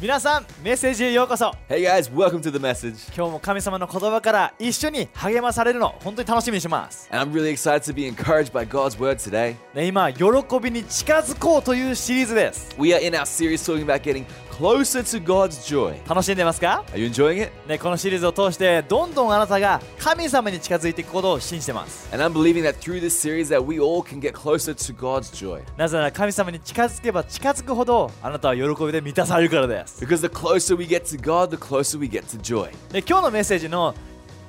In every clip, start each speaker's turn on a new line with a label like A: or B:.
A: 皆さんメッセージへようこそ
B: Hey guys, welcome to the message.
A: 今日も神様の言葉から一緒に励まされるの本当に楽しみにします、
B: And I'm really excited to be encouraged by God's word today.
A: ね、今喜びに近づこうというシリーズです
B: We are in our series talking about getting closer to God's joy.
A: 楽しんでますか、
B: Are you enjoying it?
A: ね、このシリーズを通してどんどんあなたが神様に近づいていくことを信じてます
B: And I'm believing that through this series that we all can get closer to God's joy.
A: なぜなら神様に近づけば近づくほどあなたは喜びで満たされるからです
B: Because the closer we get to God, the closer we get to joy.
A: で今日のメッセージの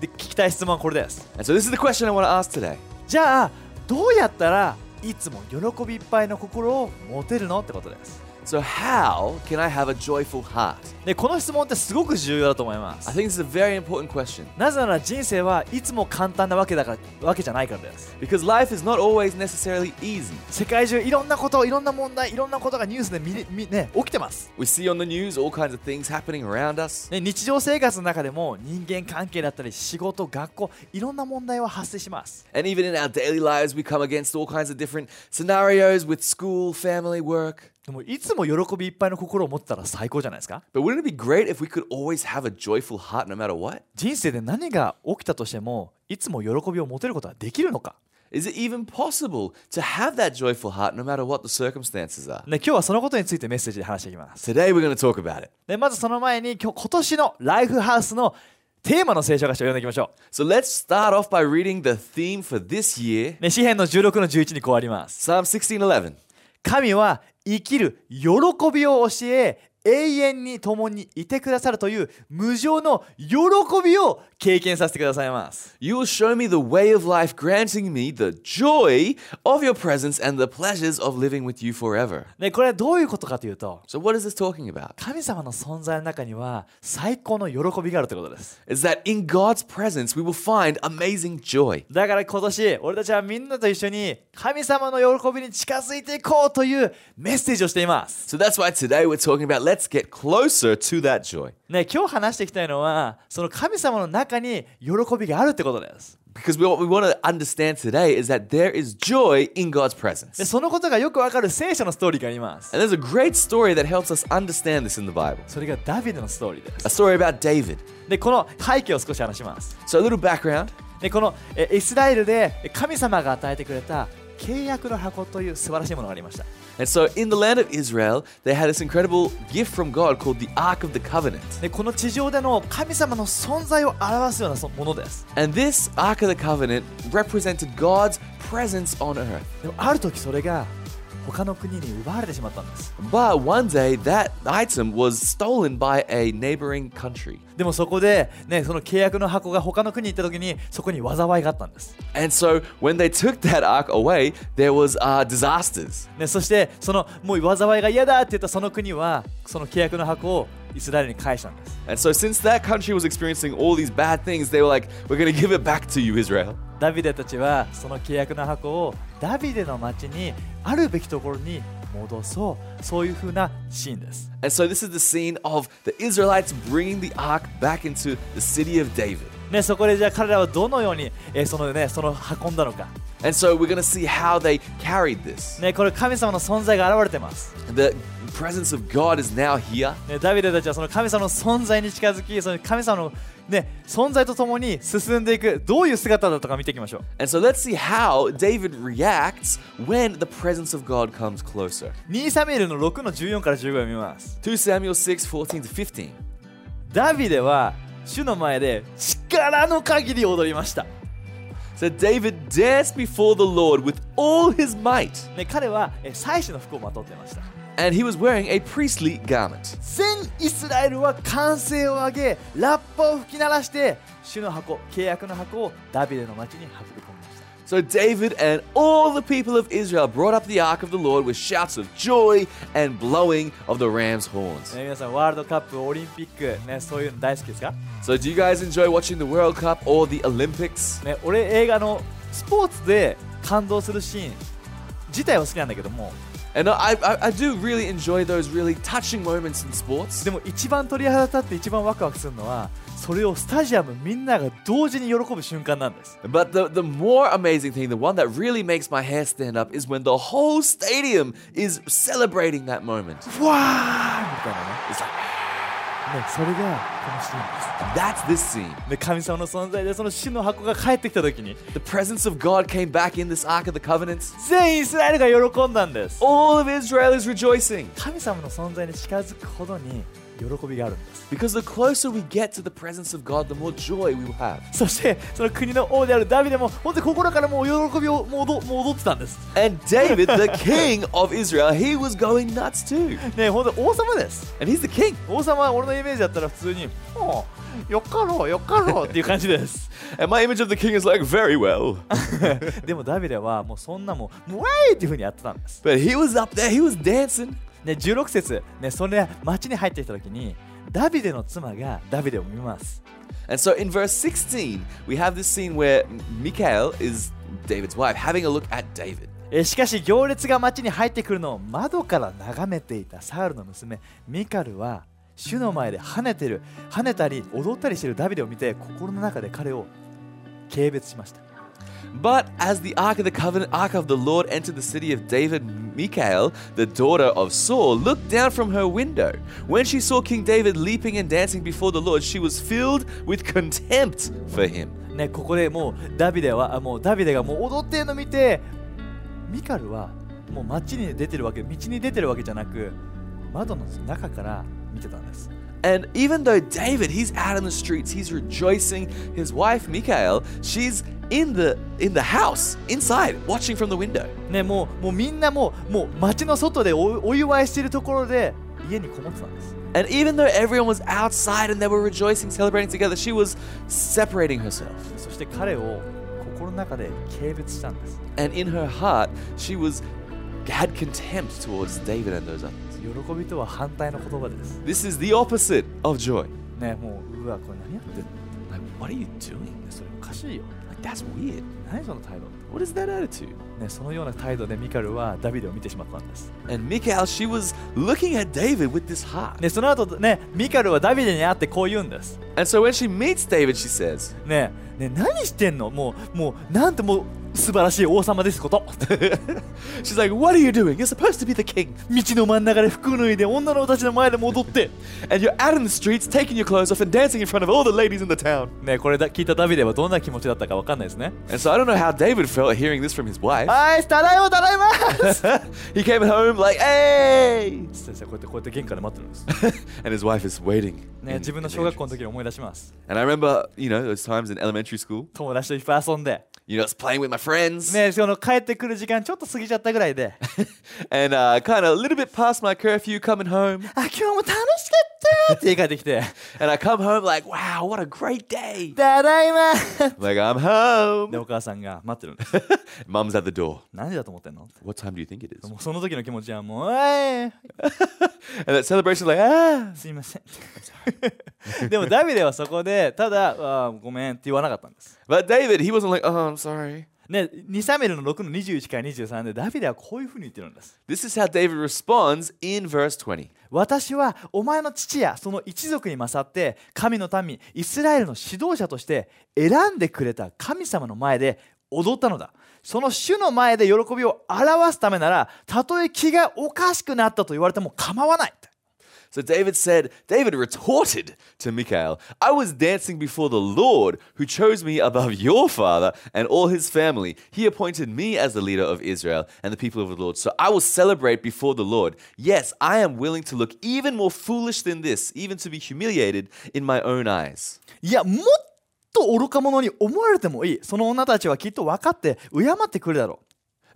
A: で聞きたい質問はこれです
B: And so this is the question I want to ask today.
A: じゃあどうやったらいつも喜びいっぱいの心を持てるのってことです
B: So how can I have a joyful heart?
A: でこの質問ってすごく重要だと思いま
B: I
A: す
B: think this is a very important question
A: なぜなら人生はいつも簡単なわけだからわけじゃないからです
B: because life is not always necessarily easy.
A: 世界中いろんなこといろんな問題いろんなことがニュースで見れ見ね、起きてます、
B: We see on the news all kinds of things happening around us.
A: ね、日常生活の中でも人間関係だったり仕事学校いろんな問題は発生します
B: And even in our daily lives, we come against all kinds of different scenarios with school, family, work.
A: でもいつも喜びいっぱいの心を持ってたら最高じゃないですか
B: But wouldn't it be great if we could always have a joyful heart no matter what?
A: 人生で何が起きたとしてもいつも喜びを持てることはできるのか
B: Is it even possible to have that joyful heart no matter what the circumstances are?
A: ね、今日はそのことについてメッセージで話していきます。
B: Today we're going to talk about it.
A: でまずその前に今日今年のライフハウスのテーマの聖書箇所を読んでいきましょ
B: So let's start off by reading the theme for this year,
A: う。ね、詩篇の16の11にこうあります。
B: Psalm 16:11.
A: 神は生きる喜びを教え永遠に共にいてくださるという無常の喜びを経験させてくださいます。
B: You will show me the way of life, granting me the joy of your presence and the pleasures of living with you forever.
A: ね、これはどういうことかというと
B: So what is this talking about?
A: 神様の存在の中には最高の喜びがあるということです。
B: Is that in God's presence we will find amazing joy.
A: だから今年俺たちはみんなと一緒に神様の喜びに近づいていこうというメッセージをしています。
B: So that's why today we're talking about let's get closer to that joy.
A: ね、今日話していきたいのはその神様の中に喜びがあるってことです
B: Because we, what we want to understand today is that there is joy in God's
A: で
B: presence.
A: そのことがよくわかる聖書のストーリーがあります
B: And there's a great story that helps us understand this in the Bible.
A: それがダビデのストーリーで
B: A
A: す
B: story about David.
A: でこの背景を少し話します
B: So a little background.
A: でこのえイスラエルでえ神様が与えてくれた契約の箱という素晴らしいものがありました
B: And so in the land of Israel, they had this incredible gift from God called the Ark of the Covenant.
A: でこの地上での神様の存在を表すようなそものです
B: And this Ark of the Covenant represented God's presence on earth.
A: でもある時それが他の国に奪われてしまったんです
B: But one day, that item was stolen by a neighboring country.
A: でもそこで、ね、その契約の箱が他の国に行った時にそこに災いがあったんです
B: And so when they took that Ark away, there was uh, disasters.
A: ね、そしてそのもう災いが嫌だって言ったその国はその契約の箱をイスラエルに返したんです
B: And so since that country was experiencing all these bad things, they were like, we're going to give it back to you, Israel.
A: ダビデたちはその契約の箱をダビデの町にあるべきところに戻そうそういう風なシーンです
B: And so this is the scene of the Israelites bringing the Ark back into the city of David.
A: ね、そこでじゃあ彼らはどのように、えーそのね、その運んだのか、
B: And so we're going to see how they carried this.
A: ね、これ神様の存在が現れてます、
B: The presence of God is now here.
A: ね、ダビデたちはその神様の存在に近づきその神様の、ね、存在とともに進んでいくどういう姿だったか見ていきましょう
B: And so let's see how David reacts when the presence of God comes closer.
A: 2サミュエルの6の14から15を読みます
B: 2 Samuel 6 14 to 15.
A: ダビデは主の前で力の限り踊りました、
B: So David danced before the Lord with all his might,
A: ね、彼はえ祭司の服をまとっていました
B: and he was wearing a priestly garment.
A: 全イスラエルは歓声を上げラッパを吹き鳴らして主の箱契約の箱をダビデの町に運び込みました
B: So David and all the people of Israel brought up the ark of the Lord with shouts of joy and blowing of the ram's horns.
A: ね皆さんワールドカップオリンピックねそういうの大好きですか
B: So do you guys enjoy watching the World Cup or the Olympics?
A: ね俺映画のスポーツで感動するシーン自体は好きなんだけども
B: And I, I, I do really enjoy those really touching moments in sports.
A: でも一番鳥肌立って一番ワクワクするのはそれをスタジアムみんなが同時に喜ぶ瞬間なんです
B: But the, the more amazing thing, the one that really makes my hair stand up, is when the whole stadium is celebrating that moment.
A: みたいなね
B: It's like,
A: ねそれがこのシーンです
B: that's this scene.
A: で神様の存在でその死の箱が帰ってきた時に
B: The presence of God came back in this Ark of the Covenant.
A: 全員イスラエルが喜んだんです
B: All of Israel is rejoicing.
A: 神様の存在に近づくほどに喜びがあるんです
B: Because the closer we get to the presence of God, the more joy we will have.
A: そしてその国の王であるダビデも本当に心からもう喜びをもうどもう踊ってたんです
B: And David, the king of Israel, he was going nuts too.
A: ね本当に王様です
B: And he's the king.
A: 王様は俺のイメージだったら普通に「もうよかろうよかろう」っていう感じです
B: And my image of the king is like, very well.
A: でもダビデはもうそんなもう「もうわーい!」っていうふうにやってたんです
B: But he was up there, he was dancing.
A: ね16節ねそれ町に入ってきた時にダビデの妻がダビデを見ます
B: And so in verse 16, we have this scene where Michael is David's wife having a look at David.
A: えーしかし行列が町に入ってくるのを窓から眺めていたサウルの娘ミカルは主の前で跳ねてる跳ねたり踊ったりしてるダビデを見て心の中で彼を軽蔑しました
B: But as the Ark of the Covenant, Ark of the Lord entered the city of David, Michal, the daughter of Saul, looked down from her window. When she saw King David leaping and dancing before the Lord, she was filled with contempt for him.
A: ねここでもうダビデはあもうダビデがもう踊ってるの見てミカルはもう町に出てるわけ道に出てるわけじゃなく窓の中から見てたんです
B: And even though David, he's out in the streets, he's rejoicing, his wife Michal, she's in the in the house, inside, watching from the window.
A: ねもうもうみんなもうもう町の外でおお祝いしてるところで家にこもってたんです
B: And even though everyone was outside and they were rejoicing, celebrating together, she was separating herself.
A: そして彼を心の中で軽蔑したんです。
B: and in her heart she was had contempt towards David and those others.
A: 喜びとは反対の言葉です。
B: This is the opposite of joy.
A: ねもう、うわ、これ何やってんの
B: Like, what are you doing?
A: それおかしいよ。
B: Like, that's weird.
A: 何その態度
B: What is that attitude?
A: ねそのような態度でミカルはダビデを見てしまったんです。
B: And Michal, she was looking at David with this heart.
A: ねその後ね、ミカルはダビデに会ってこう言うんです。
B: And so when she meets David, she says,
A: ねね何してんのもう、もう、なんてもう、素晴らしい王様ですこと。 道
B: She's like, What are you doing? You're supposed to be the king.
A: の真ん中で服脱いで女の子たちの前で戻って。
B: And you're out in the streets taking your clothes off and dancing in front of all the ladies in the town.
A: ねこれだ聞いたダビデはどんな気持ちだったかわかんないですね。
B: And so I don't know how David felt hearing this from his wife.
A: はい、ただいまただいま
B: he came home like, Hey!
A: 先生、こうやってこうやって玄関で待ってるん です。
B: and his wife is waiting.
A: ね、
B: in-
A: 自
B: in the
A: 分の小学校の
B: entrance.
A: 時を思い出します。
B: And I remember, you know, those times in elementary school,
A: 友達といっぱい遊んで、
B: you know, it's playing with my friends
A: ね、その帰ってくる時間ちょっと過ぎちゃったぐらいで、
B: and uh, kind of a little bit past my curfew coming home.
A: あ、今日も楽しかったって家帰ってきて、
B: And I come home like, wow, what a great day.
A: ただいま
B: Like, I'm
A: で、
B: home.
A: お母さんが待ってるんです。
B: Mum's at the door.
A: 何時だと思ってんの
B: What time do you think it is?
A: もうその時の気持ちはもう、え
B: And that celebration, like, ah.
A: いすいません。 でもダビデはそこで、ただ、あーごめんって言わなかったんです。
B: But David, he wasn't like, oh, I'm sorry.
A: ね、2サメルの6の21から23でダビデはこういうふうに言ってるんです。
B: This is how David responds in verse 20.
A: 私はお前の父やその一族に勝って神の民イスラエルの指導者として選んでくれた神様の前で踊ったのだその主の前で喜びを表すためならたとえ気がおかしくなったと言われても構わない
B: So David said, David retorted to Michal, I was dancing before the Lord, who chose me above your father and all his family. He appointed me as the leader of Israel and the people of the Lord. So I will celebrate before the Lord. Yes, I am willing to look even more foolish than this, even to be humiliated in my own eyes.
A: いやもっと愚か者に思われてもいいその女たちはきっと分かって敬ってくるだろ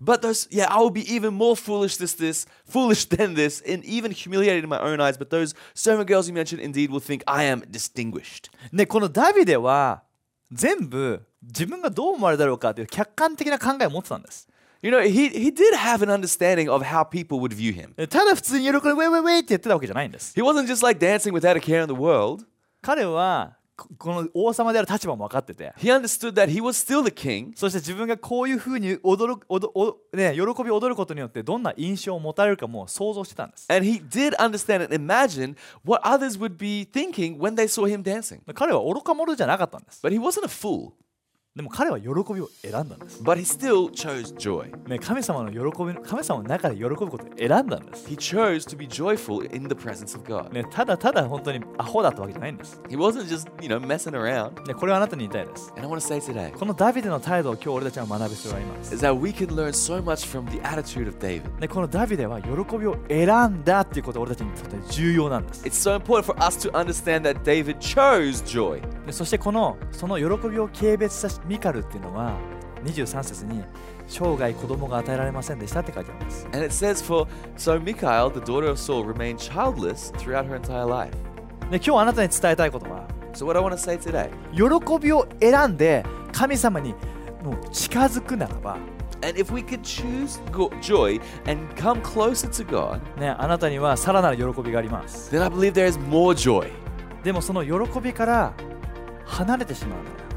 B: But those, yeah, I will be even more foolish this, this, foolish than this, and even humiliated in my own eyes. But those servant girls you mentioned indeed will think I am distinguished.
A: うねこのダビデは全部自分がどう思われるだろうかという客観的な考えを持ってたんです。
B: You know, he, he did have an understanding of how people would view him.
A: ただ普通に喜びウェイウェイウェイって言ってたわけじゃないんです。
B: He wasn't just like dancing without a care in the world.
A: 彼はここの王様である立場も分かってて、
B: He understood that he was still the king
A: そして自分がこういうふうに驚くおどおね、喜び踊ることによってどんな印象を持たれるかも想像してたんです。
B: and he did understand and imagine what others would be thinking when they saw him dancing.
A: 彼は愚か者じゃなかったんです。
B: But he wasn't a fool,
A: でも彼は喜びを選んだんです。
B: but he still chose joy.
A: ね、神様の喜び神様の中で喜ぶことを選んだんです。
B: He chose to be joyful in the presence of God.
A: ね、ただただ本当にアホだったわけじゃないんです。
B: He wasn't just, you know, messing around.
A: ね、これはあなたに言いたいです。
B: And I want to say today
A: このダビデの態度を今日俺たちは学ぶ必要があります。
B: is that we can learn so much from the attitude of David.
A: でこのダビデは喜びを選んだっていうことが俺たちにとって重要なんです。
B: It's so important for us to understand that David chose joy.
A: でそしてこのその喜びを軽蔑したミカルっていうのは23節に生涯子供が与えられませんでしたって書いてあります。
B: And it says, For so Michal, the daughter of Saul, remained childless throughout her entire life.
A: で今日あなたに伝えたいことは
B: So, what I want to say today,
A: 喜びを選んで神様にもう近づくならば、
B: and if we could choose go- joy and come closer to God,
A: ね、あなたにはさらなる喜びがあります。
B: then I believe there is more joy.
A: でもその喜びから離れてしまうなら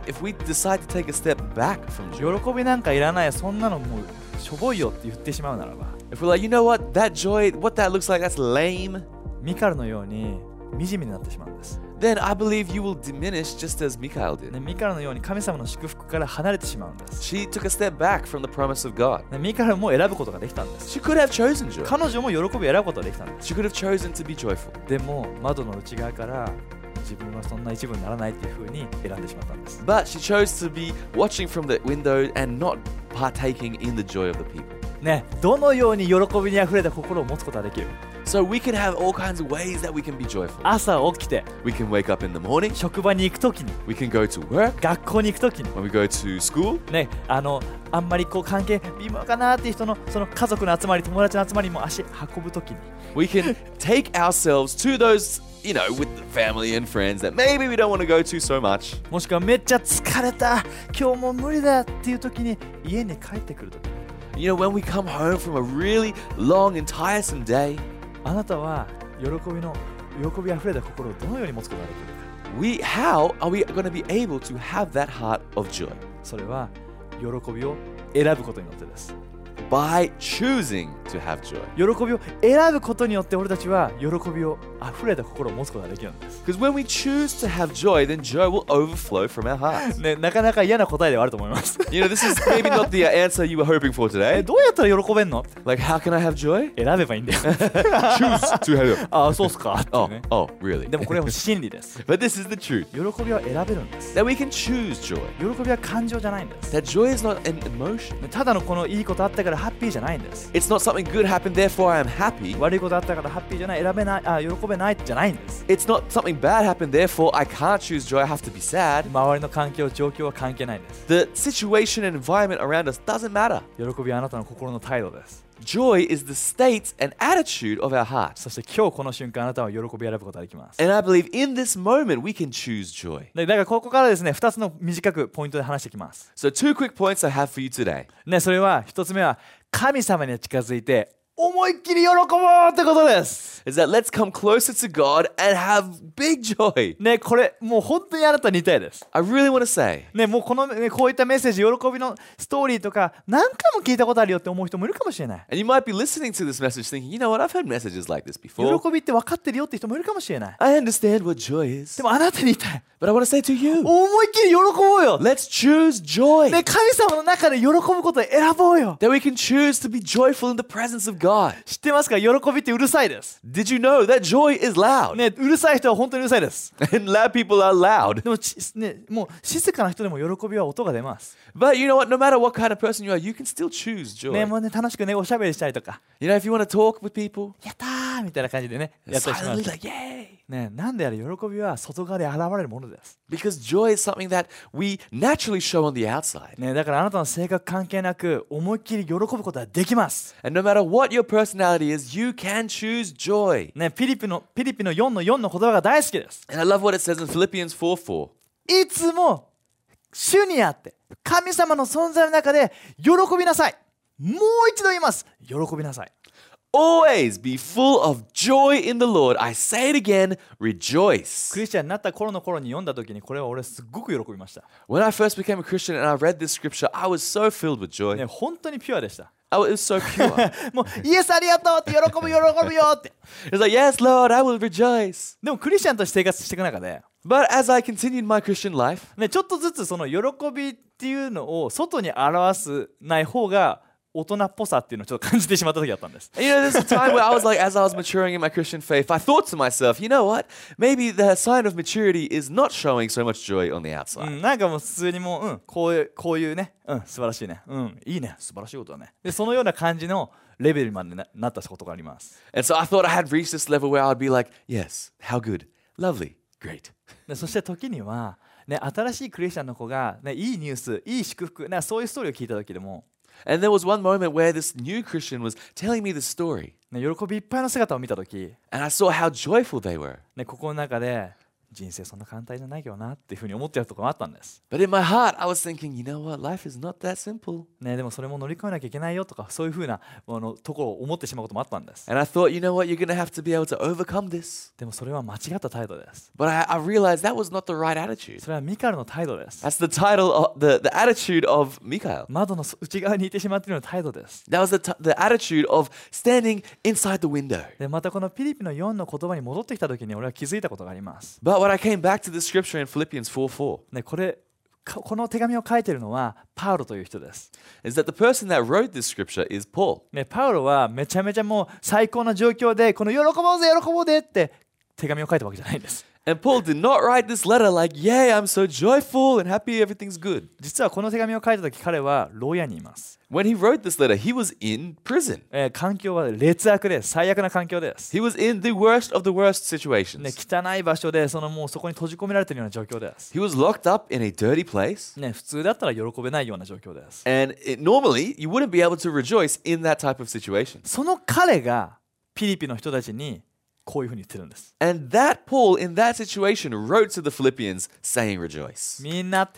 B: But if we decide to take a step back from joy,
A: 喜びなんかいらないそんなのもうしょぼいよって言ってしまうならば
B: if we're like, you know what, that joy, what that looks like, that's lame,
A: ミカルのように惨めになってしまうんです、
B: then I believe you will diminish just as Michal did.
A: ね、ミカルのように神様の祝福から離れてしまうんです、
B: She took a step back from the promise of God.
A: ね、ミカルも選ぶことができたんです
B: She could have chosen joy.
A: 彼女も喜びを選ぶことができたんです
B: She could have chosen to be joyful.
A: でも窓の内側から自分はそんな一部にならないっていう風に選んでしまったんです
B: But she chose to be watching from the window and not partaking in the joy of the people.
A: ねどのように喜びにあふれた心を持つことができる
B: So we can have all kinds of ways that we can be joyful.
A: 朝起きて
B: We can wake up in the morning,
A: 職場に行く時に
B: we can go to work,
A: 学校に行く時に
B: when we go to school,
A: ね、あのあんまりこう関係微妙かなっていう人のその家族の集まり友達の集まりにも足運ぶときに
B: we can take ourselves to those, you know, with the family and friends that maybe we don't want to go to so much.
A: もしくはめっちゃ疲れた今日もう無理だっていうときに家に帰ってくるとき
B: You know, when we come home from a really long and tiresome day,
A: あなたは喜びの喜びあふれた心をどのように持つことがで
B: we
A: きるか
B: how are we going to be able to have that heart of joy?
A: それは喜びを選ぶことによってです
B: By choosing to have joy.
A: 喜びを選ぶことによって俺たちは喜びをあふれた心を持つことができるんです
B: Because when we choose to have joy, then joy will overflow from our hearts.
A: ね、なかなか嫌な答えではあると思います
B: You know, this is maybe not the uh, answer you were hoping for
A: え
B: today.
A: どうやったら喜べんの
B: Like, how can I have joy?
A: 選べばいいんだよ
B: Choose to have joy.
A: ああそうっすかっていう
B: Oh,
A: ね
B: oh, really?
A: でも これは真理です。
B: But this is the truth
A: 喜びは選べるんです。
B: that we can choose joy.
A: 喜びは感情じゃないんです。
B: That joy is not an emotion.
A: ただのこのいいことあったからハッピーじゃないんです。
B: It's not something good happened, therefore I am happy.
A: 悪いことあったからハッピーじゃない、選べない、あ喜べないじゃないんです。
B: It's not something bad happened, therefore I can't choose joy. I have to be sad.
A: 周りの環境、状況は関係ないんです。
B: The situation and environment around us doesn't matter.
A: 喜びはあなたの心の態度です。
B: Joy is the state and attitude of our hearts.
A: そして今日この瞬間あなたは喜びを選ぶことができます。
B: And I believe in this moment we can choose joy.
A: でだからここからですね、2つの短くポイントで話していきます。
B: So, two quick points I have for you today.
A: ね、それは1つ目は神様に近づいて思いっきり喜ぼうってことです。
B: is that let's come closer to God and have big joy.
A: ね、これもう本当にあなたに言いたいです。
B: I really want to say
A: ね、もうこの、ね、こういったメッセージ、喜びのストーリーとか、何回も聞いたことあるよって思う人もいるかもしれない。
B: And you might be listening to this message thinking, you know what, I've heard messages like this
A: 喜
B: before.
A: びって分かってるよって人もいるかもしれない。
B: I understand what joy is.
A: でもあなたに言いたい。
B: But I want to say to you,
A: 思いっきり喜ぼうよ。ね、
B: let's choose joy.
A: 神様の中で喜ぶことを選ぼうよ。
B: That we can choose to be joyful in the presence of God.
A: 知ってますか喜びってうるさいです。
B: Did you know that joy is loud?
A: ね、うるさい人は本当にうるさいです。
B: And loud people are loud.
A: でもち、ね、もう静かな人でも喜びは音が出ます。
B: But you know what, no matter what kind of person you are, you can still choose
A: ね、
B: joy.
A: もうね、楽しくね、おしゃべりしたりとか、
B: You know, if you want to talk with people,
A: やったーみたいな感じでね、やったりしま
B: silently
A: す。
B: like, yay.
A: ね、なんであれ、喜びは外側で現れるものです。
B: Because joy is something that we naturally show on the outside.
A: ね、だからあなたの性格関係なく思いっきり喜ぶことはできます。
B: And no matter what your personality is, you can choose joy.
A: ね、ピリピのピリピの4の4の言葉が大好きです。
B: And I love what it says in Philippians 4 4.
A: いつも主にあって神様の存在の中で喜びなさいもう一度言います喜びなさい
B: Always be full of joy in the Lord. I say it again,
A: ク
B: rejoice.
A: リスチャンになった頃の頃に読んだ時にこれは俺すっごく喜びました、
B: When I first became a Christian and I read this scripture, I was so filled with joy.
A: ね、本当にピュアでした
B: I was, it was so pure.
A: もうイエスありがとうって喜ぶ喜ぶよって
B: it's like, yes, Lord, I will rejoice.
A: でもクリスチャンとして生活していく中で、
B: But as I continued my Christian life,
A: ね、ちょっとずつその喜びっていうのを外に表すない方が大人っぽさっていうのをちょっと感じてしまった時だったんです
B: and you know, there's a time where I was like, as I was maturing in my Christian faith, I thought to myself, you know what? Maybe the sign of maturity is not showing so much joy on the
A: う
B: outside.
A: ん、なんかもう普通にもう、うん、こういうこういうね、うん、素晴らしいね、うん、いいね、素晴らしいことだね。で、そのような感じのレベルまでななったことがあります。
B: And so I thought I had reached this level where I would be like, yes, how good, lovely, great.
A: でそして時には、ね、新しいクリスチャンの子が、ね、いいニュース、いい祝福、なんかそういうストーリーを聞いた時でも、
B: And there was one moment where this new Christian was telling me the story,
A: ね、喜びいっぱいの姿を見た時、
B: and I saw how joyful they were.
A: ね、ここの中で、人生そんな簡単じゃないけどなっていうふうに思ってたところもあったんです。
B: But in my heart, I was thinking, you know what? Life is not that simple.
A: ね、でもそれも乗り越えなきゃいけないよとか、そういうふうなあのところを思ってしまうこともあったんです。
B: And I thought, you know what? You're going to have to be able to overcome this.
A: でもそれは間違った態度です。
B: But I, I realized that was not the right attitude.
A: それはミカルの態度です。
B: That's the title of the, the attitude of Mikhail.
A: 窓の内側にいてしまっているような態度です。
B: That was the, t- the attitude of standing inside the window.
A: でまたこのピリピの4の言葉に戻ってきた時に俺は気づいたことがあります。
B: But when I came back to the scripture in Philippians 4 4,
A: ね、これかこの手紙を書いているのはパウロという人です、
B: is that the person that wrote this scripture is Paul.
A: ね。パウロはめちゃめちゃもう最高な状況でこの喜ぼうぜ喜ぼうぜって手紙を書いたわけじゃないんです。
B: And Paul did not write this letter like, yay, I'm so joyful and happy, everything's good.
A: 実はこの手紙を書いた時彼は牢屋にいます。
B: When he wrote this letter, he was in prison.
A: えー環境は劣悪です。最悪な環境です。
B: He was in the worst of the worst
A: ね、
B: situations.
A: 汚い場所でそのもうそこに閉じ込められているような状況です。
B: He was locked up in a dirty place.
A: ね、普通だったら喜べないような状況です。
B: And it, normally, you wouldn't be able to rejoice in that type of situation.
A: その彼がピリピの人たちにこういうふうに言ってるんです。
B: And that Paul, in that situation, wrote to the Philippians saying, rejoice.
A: みんな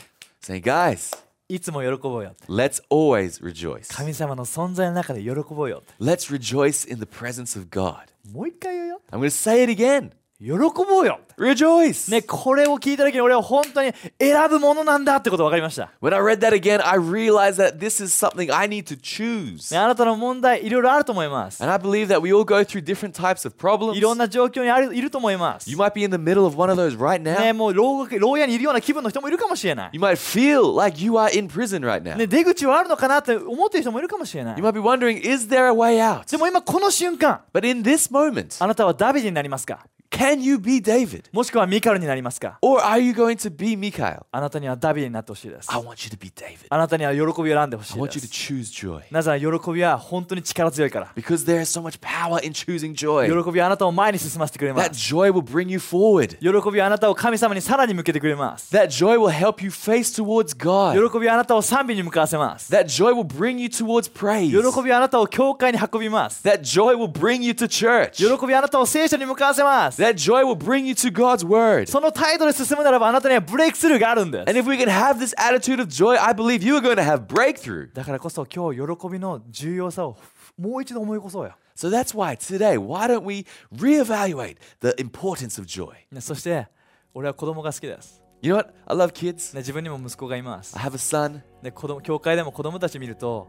B: Saying, guys,
A: いつも喜ぼうよ。
B: let's always rejoice.
A: 神様の存在の中で喜ぼうよ。
B: Let's rejoice in the presence of God.
A: もう一回言うよ。
B: I'm going to say it again.
A: 喜ぼうよ。
B: Rejoice.
A: ね、これを聞いた時に俺は本当に選ぶものなんだってこと分かりました。
B: When I read that again, I realized that this is something I need to choose.
A: ね、あなたの問題いろいろあると思います。
B: And I believe that we all go through different types of problems.
A: いろんな状況にあるいると思います。
B: You might be in the middle of one of those right now.
A: ね、もう牢獄牢屋にいるような気分の人もいるかもしれない。
B: You might feel like you are in prison right now.
A: ね、出口はあるのかなって思ってる人もいるかもしれない
B: You。might be wondering, is there a way out?
A: でも今この瞬間、
B: But in this moment,
A: あなたはダビデになりますか
B: can you be David?
A: もしくはミカルになりますか
B: Or are you going to be Mikhail?
A: あなたにはダビデになってほしいです。
B: I want you to be David.
A: あなたには喜びを選んでほし
B: I
A: い
B: want
A: で
B: you to
A: す。
B: choose joy.
A: なぜなら喜びは本当に力強いから。
B: Because there is so much power in choosing joy.
A: 喜びはあなたを前に進ませてくれま
B: That
A: す。
B: joy will bring you forward.
A: 喜びはあなたを神様にさらに向けてくれます。
B: That joy will help you face towards
A: 喜
B: God.
A: びはあなたを賛美に向かわせます。
B: That joy will bring you towards
A: 喜
B: praise.
A: びはあなたを教会に運びます。
B: That joy will bring you to church.
A: 喜びはあなたを聖書に向かわせます。
B: That joy will bring you to God's word.
A: その態度で進むならばあなたにはブレイクスルーがあるんで
B: And
A: す。
B: if we can have this attitude of joy, I believe you are going to have breakthrough.
A: だからこそ今日喜びの重要さをもう一度思い起こそうよ。
B: So that's why today, why don't we reevaluate the importance of joy?
A: ねそして俺は子供が好きです。
B: You know what? I love kids.
A: ね自分にも息子がいます
B: I。have a son.
A: で子供教会でも子供たち見ると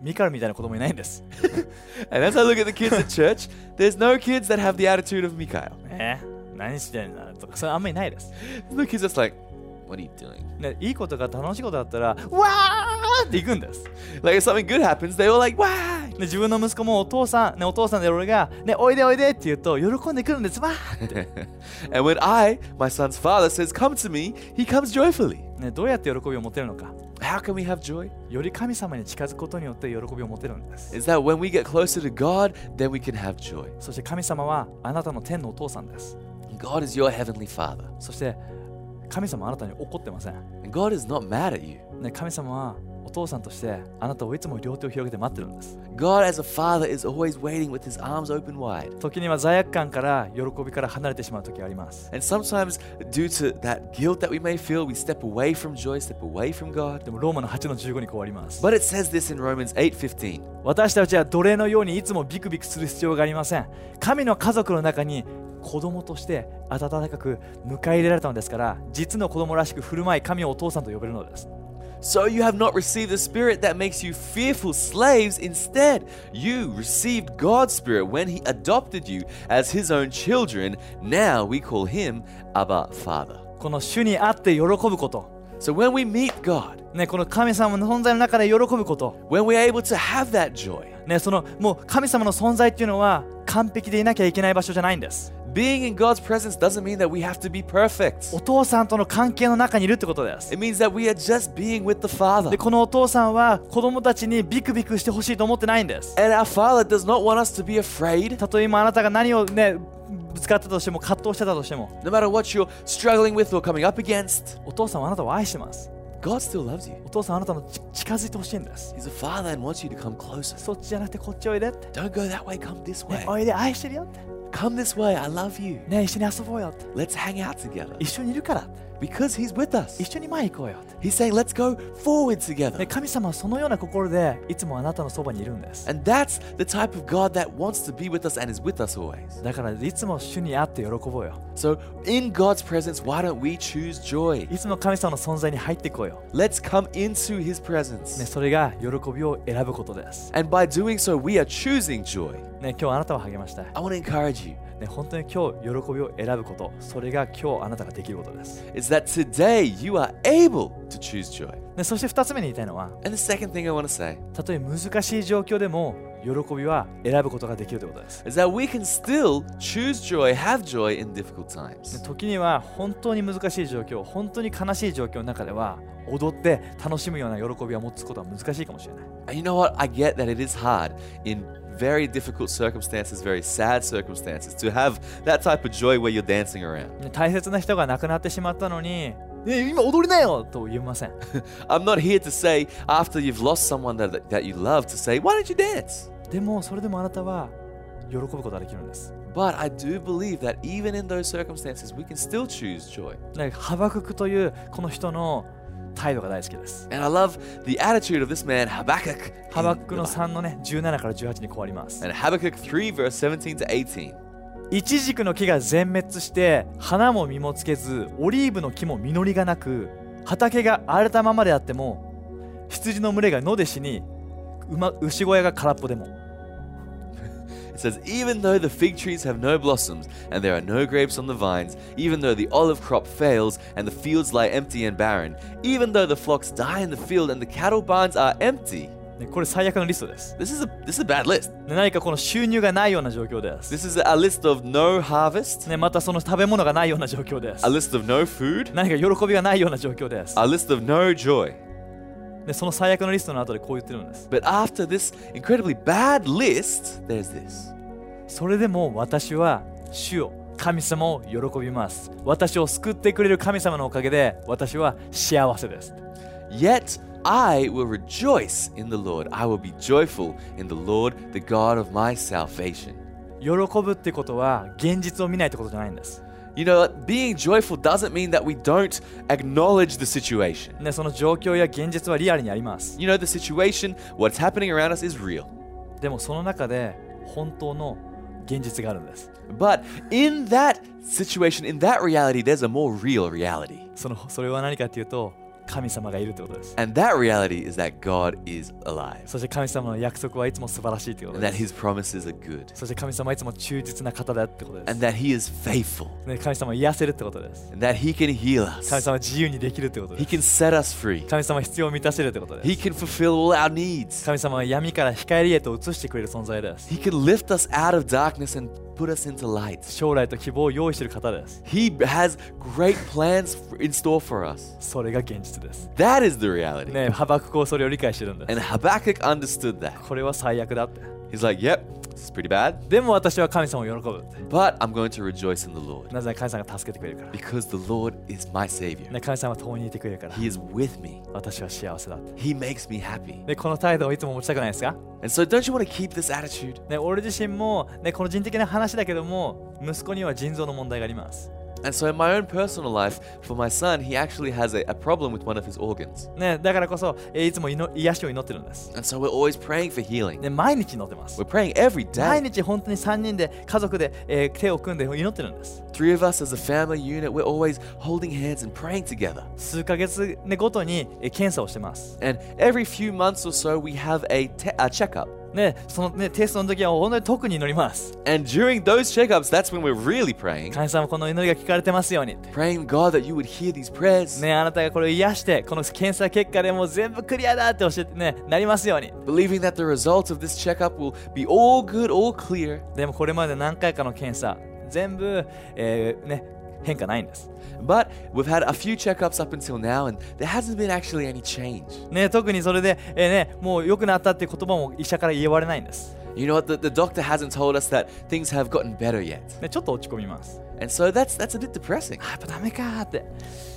A: ミカルみたいな子供いないんです、
B: And as I look at the kids at church, there's no kids that have the attitude of Mikhail.
A: ね、何してんだとかそれあんまりないです、
B: The kids that's like, what are you doing?
A: ね、いいことが楽しいことだったらわーって行くんです、ね、
B: Like if something good happens, they all like, wow.
A: 自分の息子もお父さん、ね、お父さんで俺が、ね、おいでおいでって言うと喜んでくるんですわーって、
B: And when I, my son's father, says, come to me, he comes joyfully.
A: ね、どうやって喜びを持てるのか
B: How can we have joy?
A: より神様に近づくことによって喜びを持てるんです
B: Is that when we get closer to God, then we can have joy.
A: そして神様はあなたの天のお父さんです
B: God is your heavenly father.
A: そして神様はあなたに怒ってません、
B: And God is not mad at you.
A: ね、神様はお父さんとしてあなたをいつも両手を広げて待ってるんです
B: God, as a father, is always waiting with his arms open wide.
A: 時には罪悪感から喜びから離れてしまう時があります
B: And sometimes, due to that guilt that we may feel, we step away from joy, step away from God.
A: でもローマの8の15にこうあります
B: But it says this in Romans 8:15.
A: 私たちは奴隷のようにいつもビクビクする必要がありません神の家族の中に子供として温かく迎え入れられたのですから実の子供らしく振る舞い神をお父さんと呼べるのです
B: So you have not received the spirit that makes you fearful slaves. Instead, you received God's spirit when he adopted you as his own children. Now we call him Abba Father.
A: この主にあって喜ぶこと
B: So when we meet God,
A: ね、この神様の存在の中で喜ぶこと、
B: when we're able to have that joy,
A: ね、そのもう神様の存在っていうのは完璧でいなきゃいけない場所じゃないんです。
B: being in God's presence doesn't mean that we have to be perfect.
A: お父さんとの関係の中にいるってことです。
B: It means that we are just being with the Father.
A: で、このお父さんは子供たちにビクビクしてほしいと思ってないんです。
B: And our Father does not want us to be afraid.
A: たとえ今あなたが何をね、ぶつかったとしても葛藤してたとしても、
B: No matter what you're struggling with or coming up against,
A: お父さんはあなたを愛してます。
B: God still loves you.
A: お父さんはあなたのち近づいてほしいんです。
B: He's a Father and wants you to come closer.
A: そっちじゃなくてこっちおいでって。
B: Don't go that way, come this
A: ね
B: way.
A: おいで愛してるよって。
B: Come this way, I love you.
A: ね、一緒に遊ぼうよって。
B: Let's hang out together.
A: 一緒にいるからって。
B: Because He's with us.
A: 一緒に前行こうよって。
B: He's saying, let's go forward
A: ね、
B: together.
A: 神様はそのような心でいつもあなたのそばにいるんです。
B: And that's the type of God that wants to be with us and is with us always.
A: だからいつも主に会って喜ぼうよ。
B: So, in God's presence, why don't we choose joy?
A: いつも神様の存在に入っていこうよ。
B: Let's come into His
A: ね、
B: presence.
A: それが喜びを選ぶことです。
B: And by doing so, we are choosing joy.
A: ね、今日あなたを励ましたい。
B: I want to encourage you
A: ね、本当に今日喜びを選ぶこと、それが今日あなたができることです。
B: is that today you are able to choose joy.
A: ね、そして2つ目に言いたいのは、
B: And the second thing I want to say
A: たとえ難しい状況でも喜びは選ぶことができるということです。
B: is that we can still choose joy, have joy in difficult
A: ね
B: times.
A: 時には本当に難しい状況、本当に悲しい状況の中では、踊って楽しむような喜びを持つことは難しいかもしれない。
B: And you know what? I get that it is hard in very difficult circumstances, very sad circumstances, to have that type of joy where you're dancing around.
A: ね大切な人が亡くなってしまったのに、ね、今踊りなよと言いません。
B: I'm not here to say after you've lost someone that, that you love to say, why don't you dance?
A: でもそれでもあなたは喜ぶことができるんです。
B: But I do believe that even in those circumstances, we can still choose joy.
A: ね、ハバククというこの人の態度が大好きです。
B: And I love the attitude of this man, Habakkuk. in
A: ハバクク
B: the
A: の
B: Bible.
A: 3のね17から18に変わります。
B: And Habakkuk 3, verse 17 to 18.
A: イチジクの木が全滅して花も実もつけずオリーブの木も実りがなく畑が荒れたままであっても羊の群れが野で死に馬牛小屋が空っぽでも
B: It says, Even though the fig trees have no blossoms, and there are no grapes on the vines, even though the olive crop fails, and the fields lie empty and barren, even though the flocks die in the field and the cattle barns are empty.
A: ねこれ最悪のリストです。
B: This is a this is a bad list.
A: ね何かこの収入がないような状況です。
B: This is a list of no harvest,
A: ね、またその食べ物がないような状況です
B: a。list of no food,
A: 何か喜びがないような状況です。
B: a list of no joy.
A: でその最悪のリストの後でこう言ってるんです。
B: But after this incredibly bad list, there's this.
A: それでも私は主を神様を喜びます。私を救ってくれる神様のおかげで私は幸せです。
B: Yet I will rejoice in the Lord. I will be joyful in the Lord, the God of my salvation.
A: 喜ぶってことは現実を見ないってことじゃないんです。
B: You know, being joyful doesn't mean that we don't acknowledge the situation.
A: ね、その状況や現実はリアルにあります。
B: You know, the situation, what's happening around us is real.
A: でもその中で本当の現実があるんです。
B: But in that situation, in that reality, there's a more real reality.
A: そのそれは何かっていうと神様がいるってことです。
B: And that reality is that God is alive
A: そして神様の約束はいつも素晴らしいってこと
B: and that
A: です。
B: his promises are good
A: そして神様はいつも忠実な方だってことで
B: and
A: す。
B: that he is faithful
A: ね、神様は癒せるってことです。
B: and that he can heal
A: 神
B: us.
A: 様は自由にできるってことで
B: He
A: す。
B: can set us free.
A: 神様は必要を満たせるってことで
B: He
A: す。
B: can fulfill all our needs.
A: 神様は闇から光へと移してくれる存在です。
B: He can lift us out of darkness and put us into light.
A: 将来と希望を用意している方です。
B: He has great plans f- in store for us.
A: それが現実です。
B: That is the reality.
A: ねえ、ハバクコはそれを理解してるんです。
B: And Habakkuk understood that.
A: これは最悪だって。
B: He's like, yep, This is pretty bad,
A: でも私は神様を喜ぶ
B: but I'm going to rejoice in the Lord
A: なぜなら神様が助けてくれるから
B: because the Lord is my Savior.
A: ね神様は共にいてくれるから
B: He is with me.
A: 私は幸せだって
B: He makes me happy.
A: でこの態度をいつも持ちたくないですか
B: And so, don't you want to keep this attitude?
A: ね俺自身もねこの人的な話だけども息子には腎臓の問題があります、
B: And so, in my own personal life, for my son, he actually has a, a problem with one of his organs.
A: ねだからこそえいつも祈癒しを祈ってるんです、
B: And so, we're always praying for healing.
A: ね毎日祈ってます、
B: We're praying every
A: 毎
B: day.
A: 日本当に3人で家族で、えー手を組んで祈ってるんです
B: Three of us as a family unit, we're always holding hands and praying together.
A: 数ヶ月ねごとに、えー検査をしてます、
B: And every few months or so, we have a, te- a checkup.
A: ね、その、ね、テストの時は本当に特に祈ります
B: And during those checkups, that's when we're really praying.
A: 神様この祈りが聞かれてますようにって
B: Praying, God, that you would hear these prayers.
A: ねあなたがこれを癒してこの検査結果でもう全部クリアだって教えてねなりますように
B: Believing that the results of this checkup will be all good, all clear.
A: でもこれまで何回かの検査全部、えーね変化ないんです、
B: But we've had a few checkups up until now, and there hasn't been actually any change.
A: ね、特にそれで、えーね、もう良くなったっていう言葉も医者から言われないんです、
B: You know what? The, the doctor hasn't told us that things have gotten better yet.
A: ね、ちょっと落ち込みます
B: And so that's that's a bit depressing.
A: あやっぱダメかーって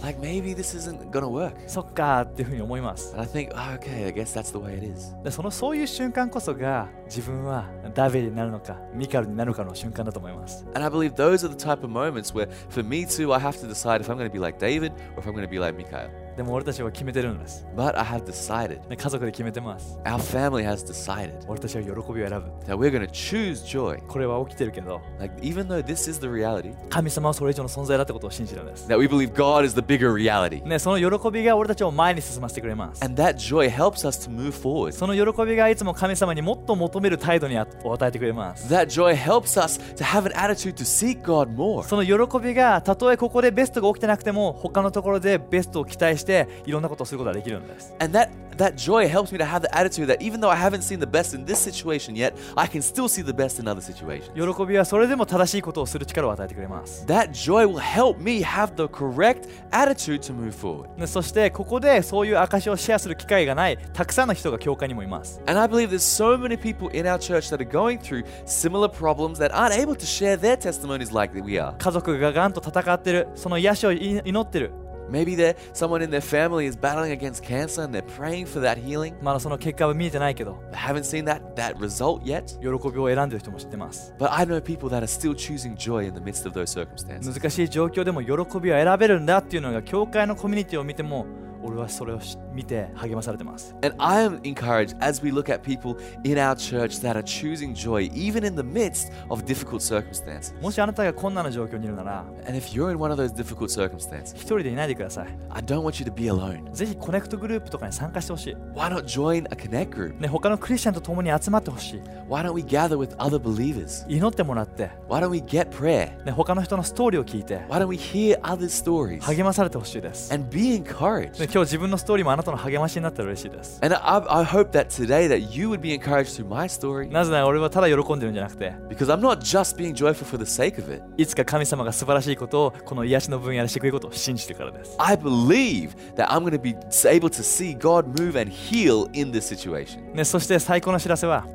B: Like maybe this isn't gonna work.
A: そっかーっていうふうに思います
B: And I think, oh, okay, I guess that's the way it is.
A: でそのそういう瞬間こそが自分はダビデになるのかミカルになるかの瞬間だと思います
B: And I believe those are the type of moments where, for me too, I have to decide if I'm gonna be like David or if I'm gonna be like Mikhail.
A: でも俺たちは決めてるんです、
B: But I have decided.
A: ね、家族で決めてます
B: Our family has decided
A: 俺たちは喜びを選ぶ
B: that we're gonna choose joy.
A: これは起きてるけど
B: Like even though this is the reality,
A: 神様はそれ以上の存在だってことを信じるんです、
B: that we believe God is the bigger reality.
A: ね、その喜びが俺たちを前に進ませてくれます
B: And that joy helps us to move forward.
A: その喜びがいつも神様にもっと求める態度にあを与えてくれます。
B: That joy helps us to have an attitude to seek God more.
A: その喜びがたとえここでベストが起きてなくても他のところでベストを期待していろんなことをすることができるんです。
B: And that that joy helps me to have the attitude that even though I haven't seen the best in this situation yet, I can still see the best in other situations.
A: 喜びはそれでも正しいことをする力を与えてくれます。
B: That joy will help me have the correct attitude to move forward.
A: ねそしてここでそういう証をシェアする機会がないたくさんの人が教会にもいます。
B: And I believe there's so many people in our church that are going through similar problems that aren't able to share their testimonies like we are.
A: 家族ががんと戦ってる、その癒しをい祈ってる、
B: Maybe there someone in their family is battling against cancer and they're praying for that healing.
A: まだその結果は見えてないけど、
B: They haven't seen that that result yet.
A: 喜びを選んでる人も知ってます。
B: But I know people that are still choosing joy in the midst of those circumstances.
A: 難しい状況でも喜びは選べるんだっていうのが教会のコミュニティを見ても俺はそれをし見て励まされてます、
B: And I am encouraged as we look at people in our church that are choosing joy even in the midst of difficult circumstances.
A: もしあなたが困難な状況にいるなら
B: And if you're in one of those difficult circumstances,
A: 一人でいないでください
B: I don't want you to be alone.
A: ぜひコネクトグループとかに参加してほしい、
B: Why not join a connect group?
A: ね、他のクリスチャンと共に集まってほし
B: Why don't we gather with other believers?
A: い祈ってもらって、
B: Why don't we get prayer?
A: ね、他の人のストーリーを聞いて
B: Why don't we hear other stories
A: 励まされてほしいです、ね、
B: and be encouraged?
A: 今日自分のストーリーもあなたの励ましになったら嬉しいです
B: And I, I hope that today that you would be encouraged through my story
A: なぜなら俺はただ喜んでるんじゃなくて
B: because I'm not just being joyful for the sake of it.
A: いつか神様が素晴らしいことをこの癒しの分野でしてくれることを信じてからです
B: I believe that I'm going to be able to see God move and heal in this situation.
A: ね、そして最高の知らせは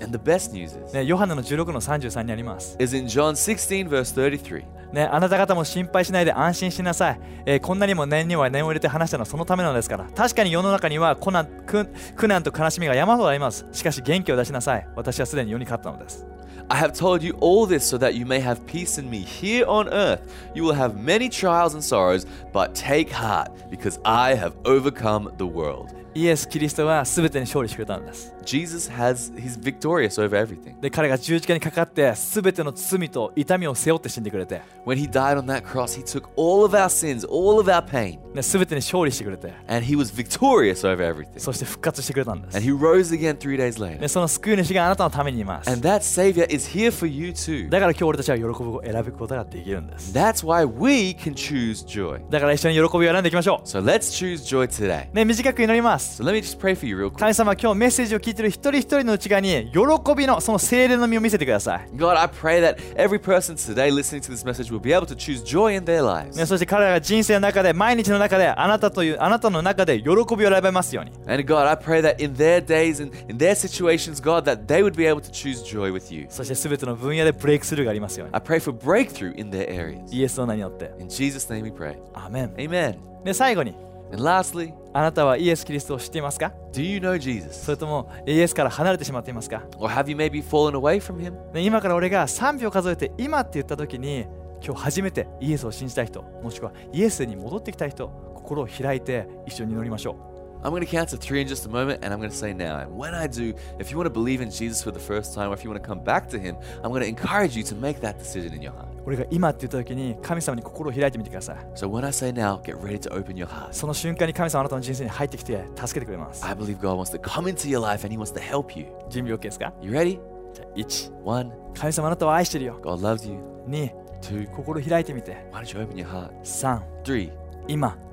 B: And the best news is,
A: ね、ヨハネの16の33にあります。
B: is in John 16, verse 33.
A: ね、あなた方も心配しないで安心しなさい。えーこんなにも念には念を入れて話したのはそのためなのですから。確かに世の中には苦難苦苦難と悲しみが山ほどあります。しかし元気を出しなさい。私はすでに世に勝ったのです。
B: I have told you all this so that you may have peace in me here on earth. You will have many trials and sorrows, but take heart, because I have overcome the world.
A: イエス・キリストは全てに勝利してくれたんです。
B: Jesus has, he's victorious over everything.
A: で、彼が十字架にかかって全ての罪と痛みを背負って死んでくれて、
B: When he died on that cross, he took all of our sins, all of our pain,
A: ね、全てに勝利してくれて、
B: and he was victorious over everything.
A: そして復活してくれたんです
B: And。he rose again three days later.
A: ね、その救い主があなたのためにいます。
B: And that Savior is here for you too.
A: だから今日俺たちは喜ぶを選ぶことができるんです。
B: That's why we can choose joy.
A: だから一緒に喜びを選んでいきましょう。
B: So let's choose joy today.
A: ね、短く祈ります。
B: So let me just pray for you real quick.
A: 神様今日メッセージを聞いてる一人一人の内側に喜びのその精霊の実を見せてください
B: God, I pray that every person today listening to this message will be able to choose joy in their lives.
A: ねそして彼らが人生の中で毎日の中であなたというあなたの中で喜びを選べますように
B: And God, I pray that in their days and in their situations, God, that they would be able to choose joy with you.
A: そして全ての分野でブレイクスルーがありますように
B: I pray for breakthrough in their areas.
A: イエスの名によって
B: In Jesus' name we pray.
A: アーメン
B: Amen.
A: で最後に
B: And lastly,
A: あなたはイエス・キリストを知っていますか
B: do you know Jesus?
A: それともイエスから離れてしまっていますか
B: Or have you maybe fallen away from him?
A: で今から俺が3秒数えて今って言った時に今日初めてイエスを信じたい人もしくはイエスに戻ってきたい人心を開いて一緒に祈りましょう
B: I'm going to count to three in just a moment, and I'm going to say now. And when I do, if you want to believe in Jesus for the first time, or if you want to come back to Him, I'm going to encourage you to make that decision in your heart.
A: 俺が今って言った時に神様に心を開いてみてください
B: So when I say now, get ready to open your heart.
A: その瞬間に神様あなたの人生に入ってきて助けてくれます
B: I believe God wants to come into your life and He wants to help you.
A: 準備 OK ですか
B: You ready?
A: じゃあ1
B: One,
A: 神様あなたを愛してるよ
B: God loves you.
A: 2
B: Two,
A: 心を開いてみて
B: why don't you open your heart?
A: 3
B: Three,
A: 今
B: now,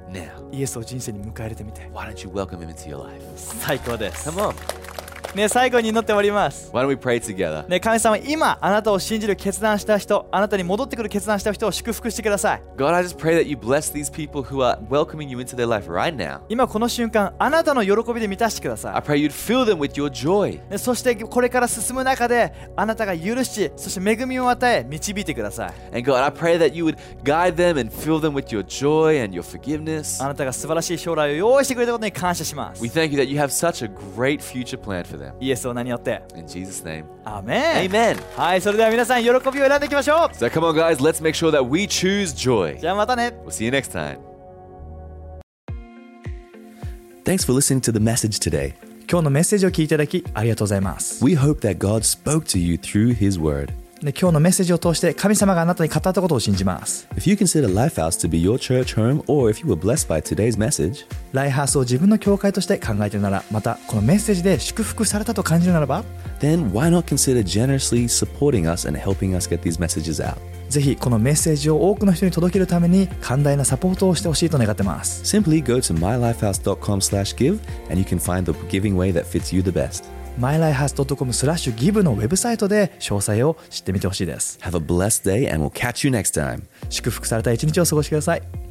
A: イエスを人生に迎え入れてみて
B: why don't you welcome Him into your life?
A: 最高です
B: Come on.
A: ね最後に祈って終わります
B: Why don't we pray together?
A: ね神様今あなたを信じる決断した人あなたに戻ってくる決断した人を祝福してください
B: God, I just pray that you bless these people who are welcoming you into their life right now.
A: 今この瞬間あなたの喜びで満たしてくださ
B: I pray you'd fill them with your joy.
A: い、ね、そしてこれから進む中であなたが許しそして恵みを与え導いてください
B: And God, I pray that you would guide them and fill them with your joy and your forgiveness.
A: あなたが素晴らしい将来を用意してくれたことに感謝します
B: We thank you that you have such a great future plan for them.
A: イエスを名によって
B: In Jesus' name.
A: アーメン
B: Amen.
A: はいそれでは皆さん喜びを選んでいきましょう
B: So come on, guys, let's make sure that we choose joy.
A: じゃあまたね
B: We'll see you next time.
C: Thanks for listening to the message today.
D: 今日のメッセージを聞いていただきありがとうございます
C: We hope that God spoke to you through His Word.
D: で今日のメッセージを通して神様があなたに語ったことを信じます
C: If you consider Lifehouse to be your church home, or if you were blessed by today's message,
D: ライハースを自分の教会として考えているならまたこのメッセージで祝福されたと感じるならば
C: then why not consider generously supporting us and helping us get these messages out?
D: ぜひこのメッセージを多くの人に届けるために寛大なサポートをしてほしいと願ってます
C: Simply go to mylifehouse.com/give, and you can find the giving way that fits you the best.
D: mylifehouse.com スラッシュギブのウェブサイトで詳細を知ってみてほしいです
C: Have a blessed day, and we'll catch you next time.
D: 祝福された一日を過ごしてください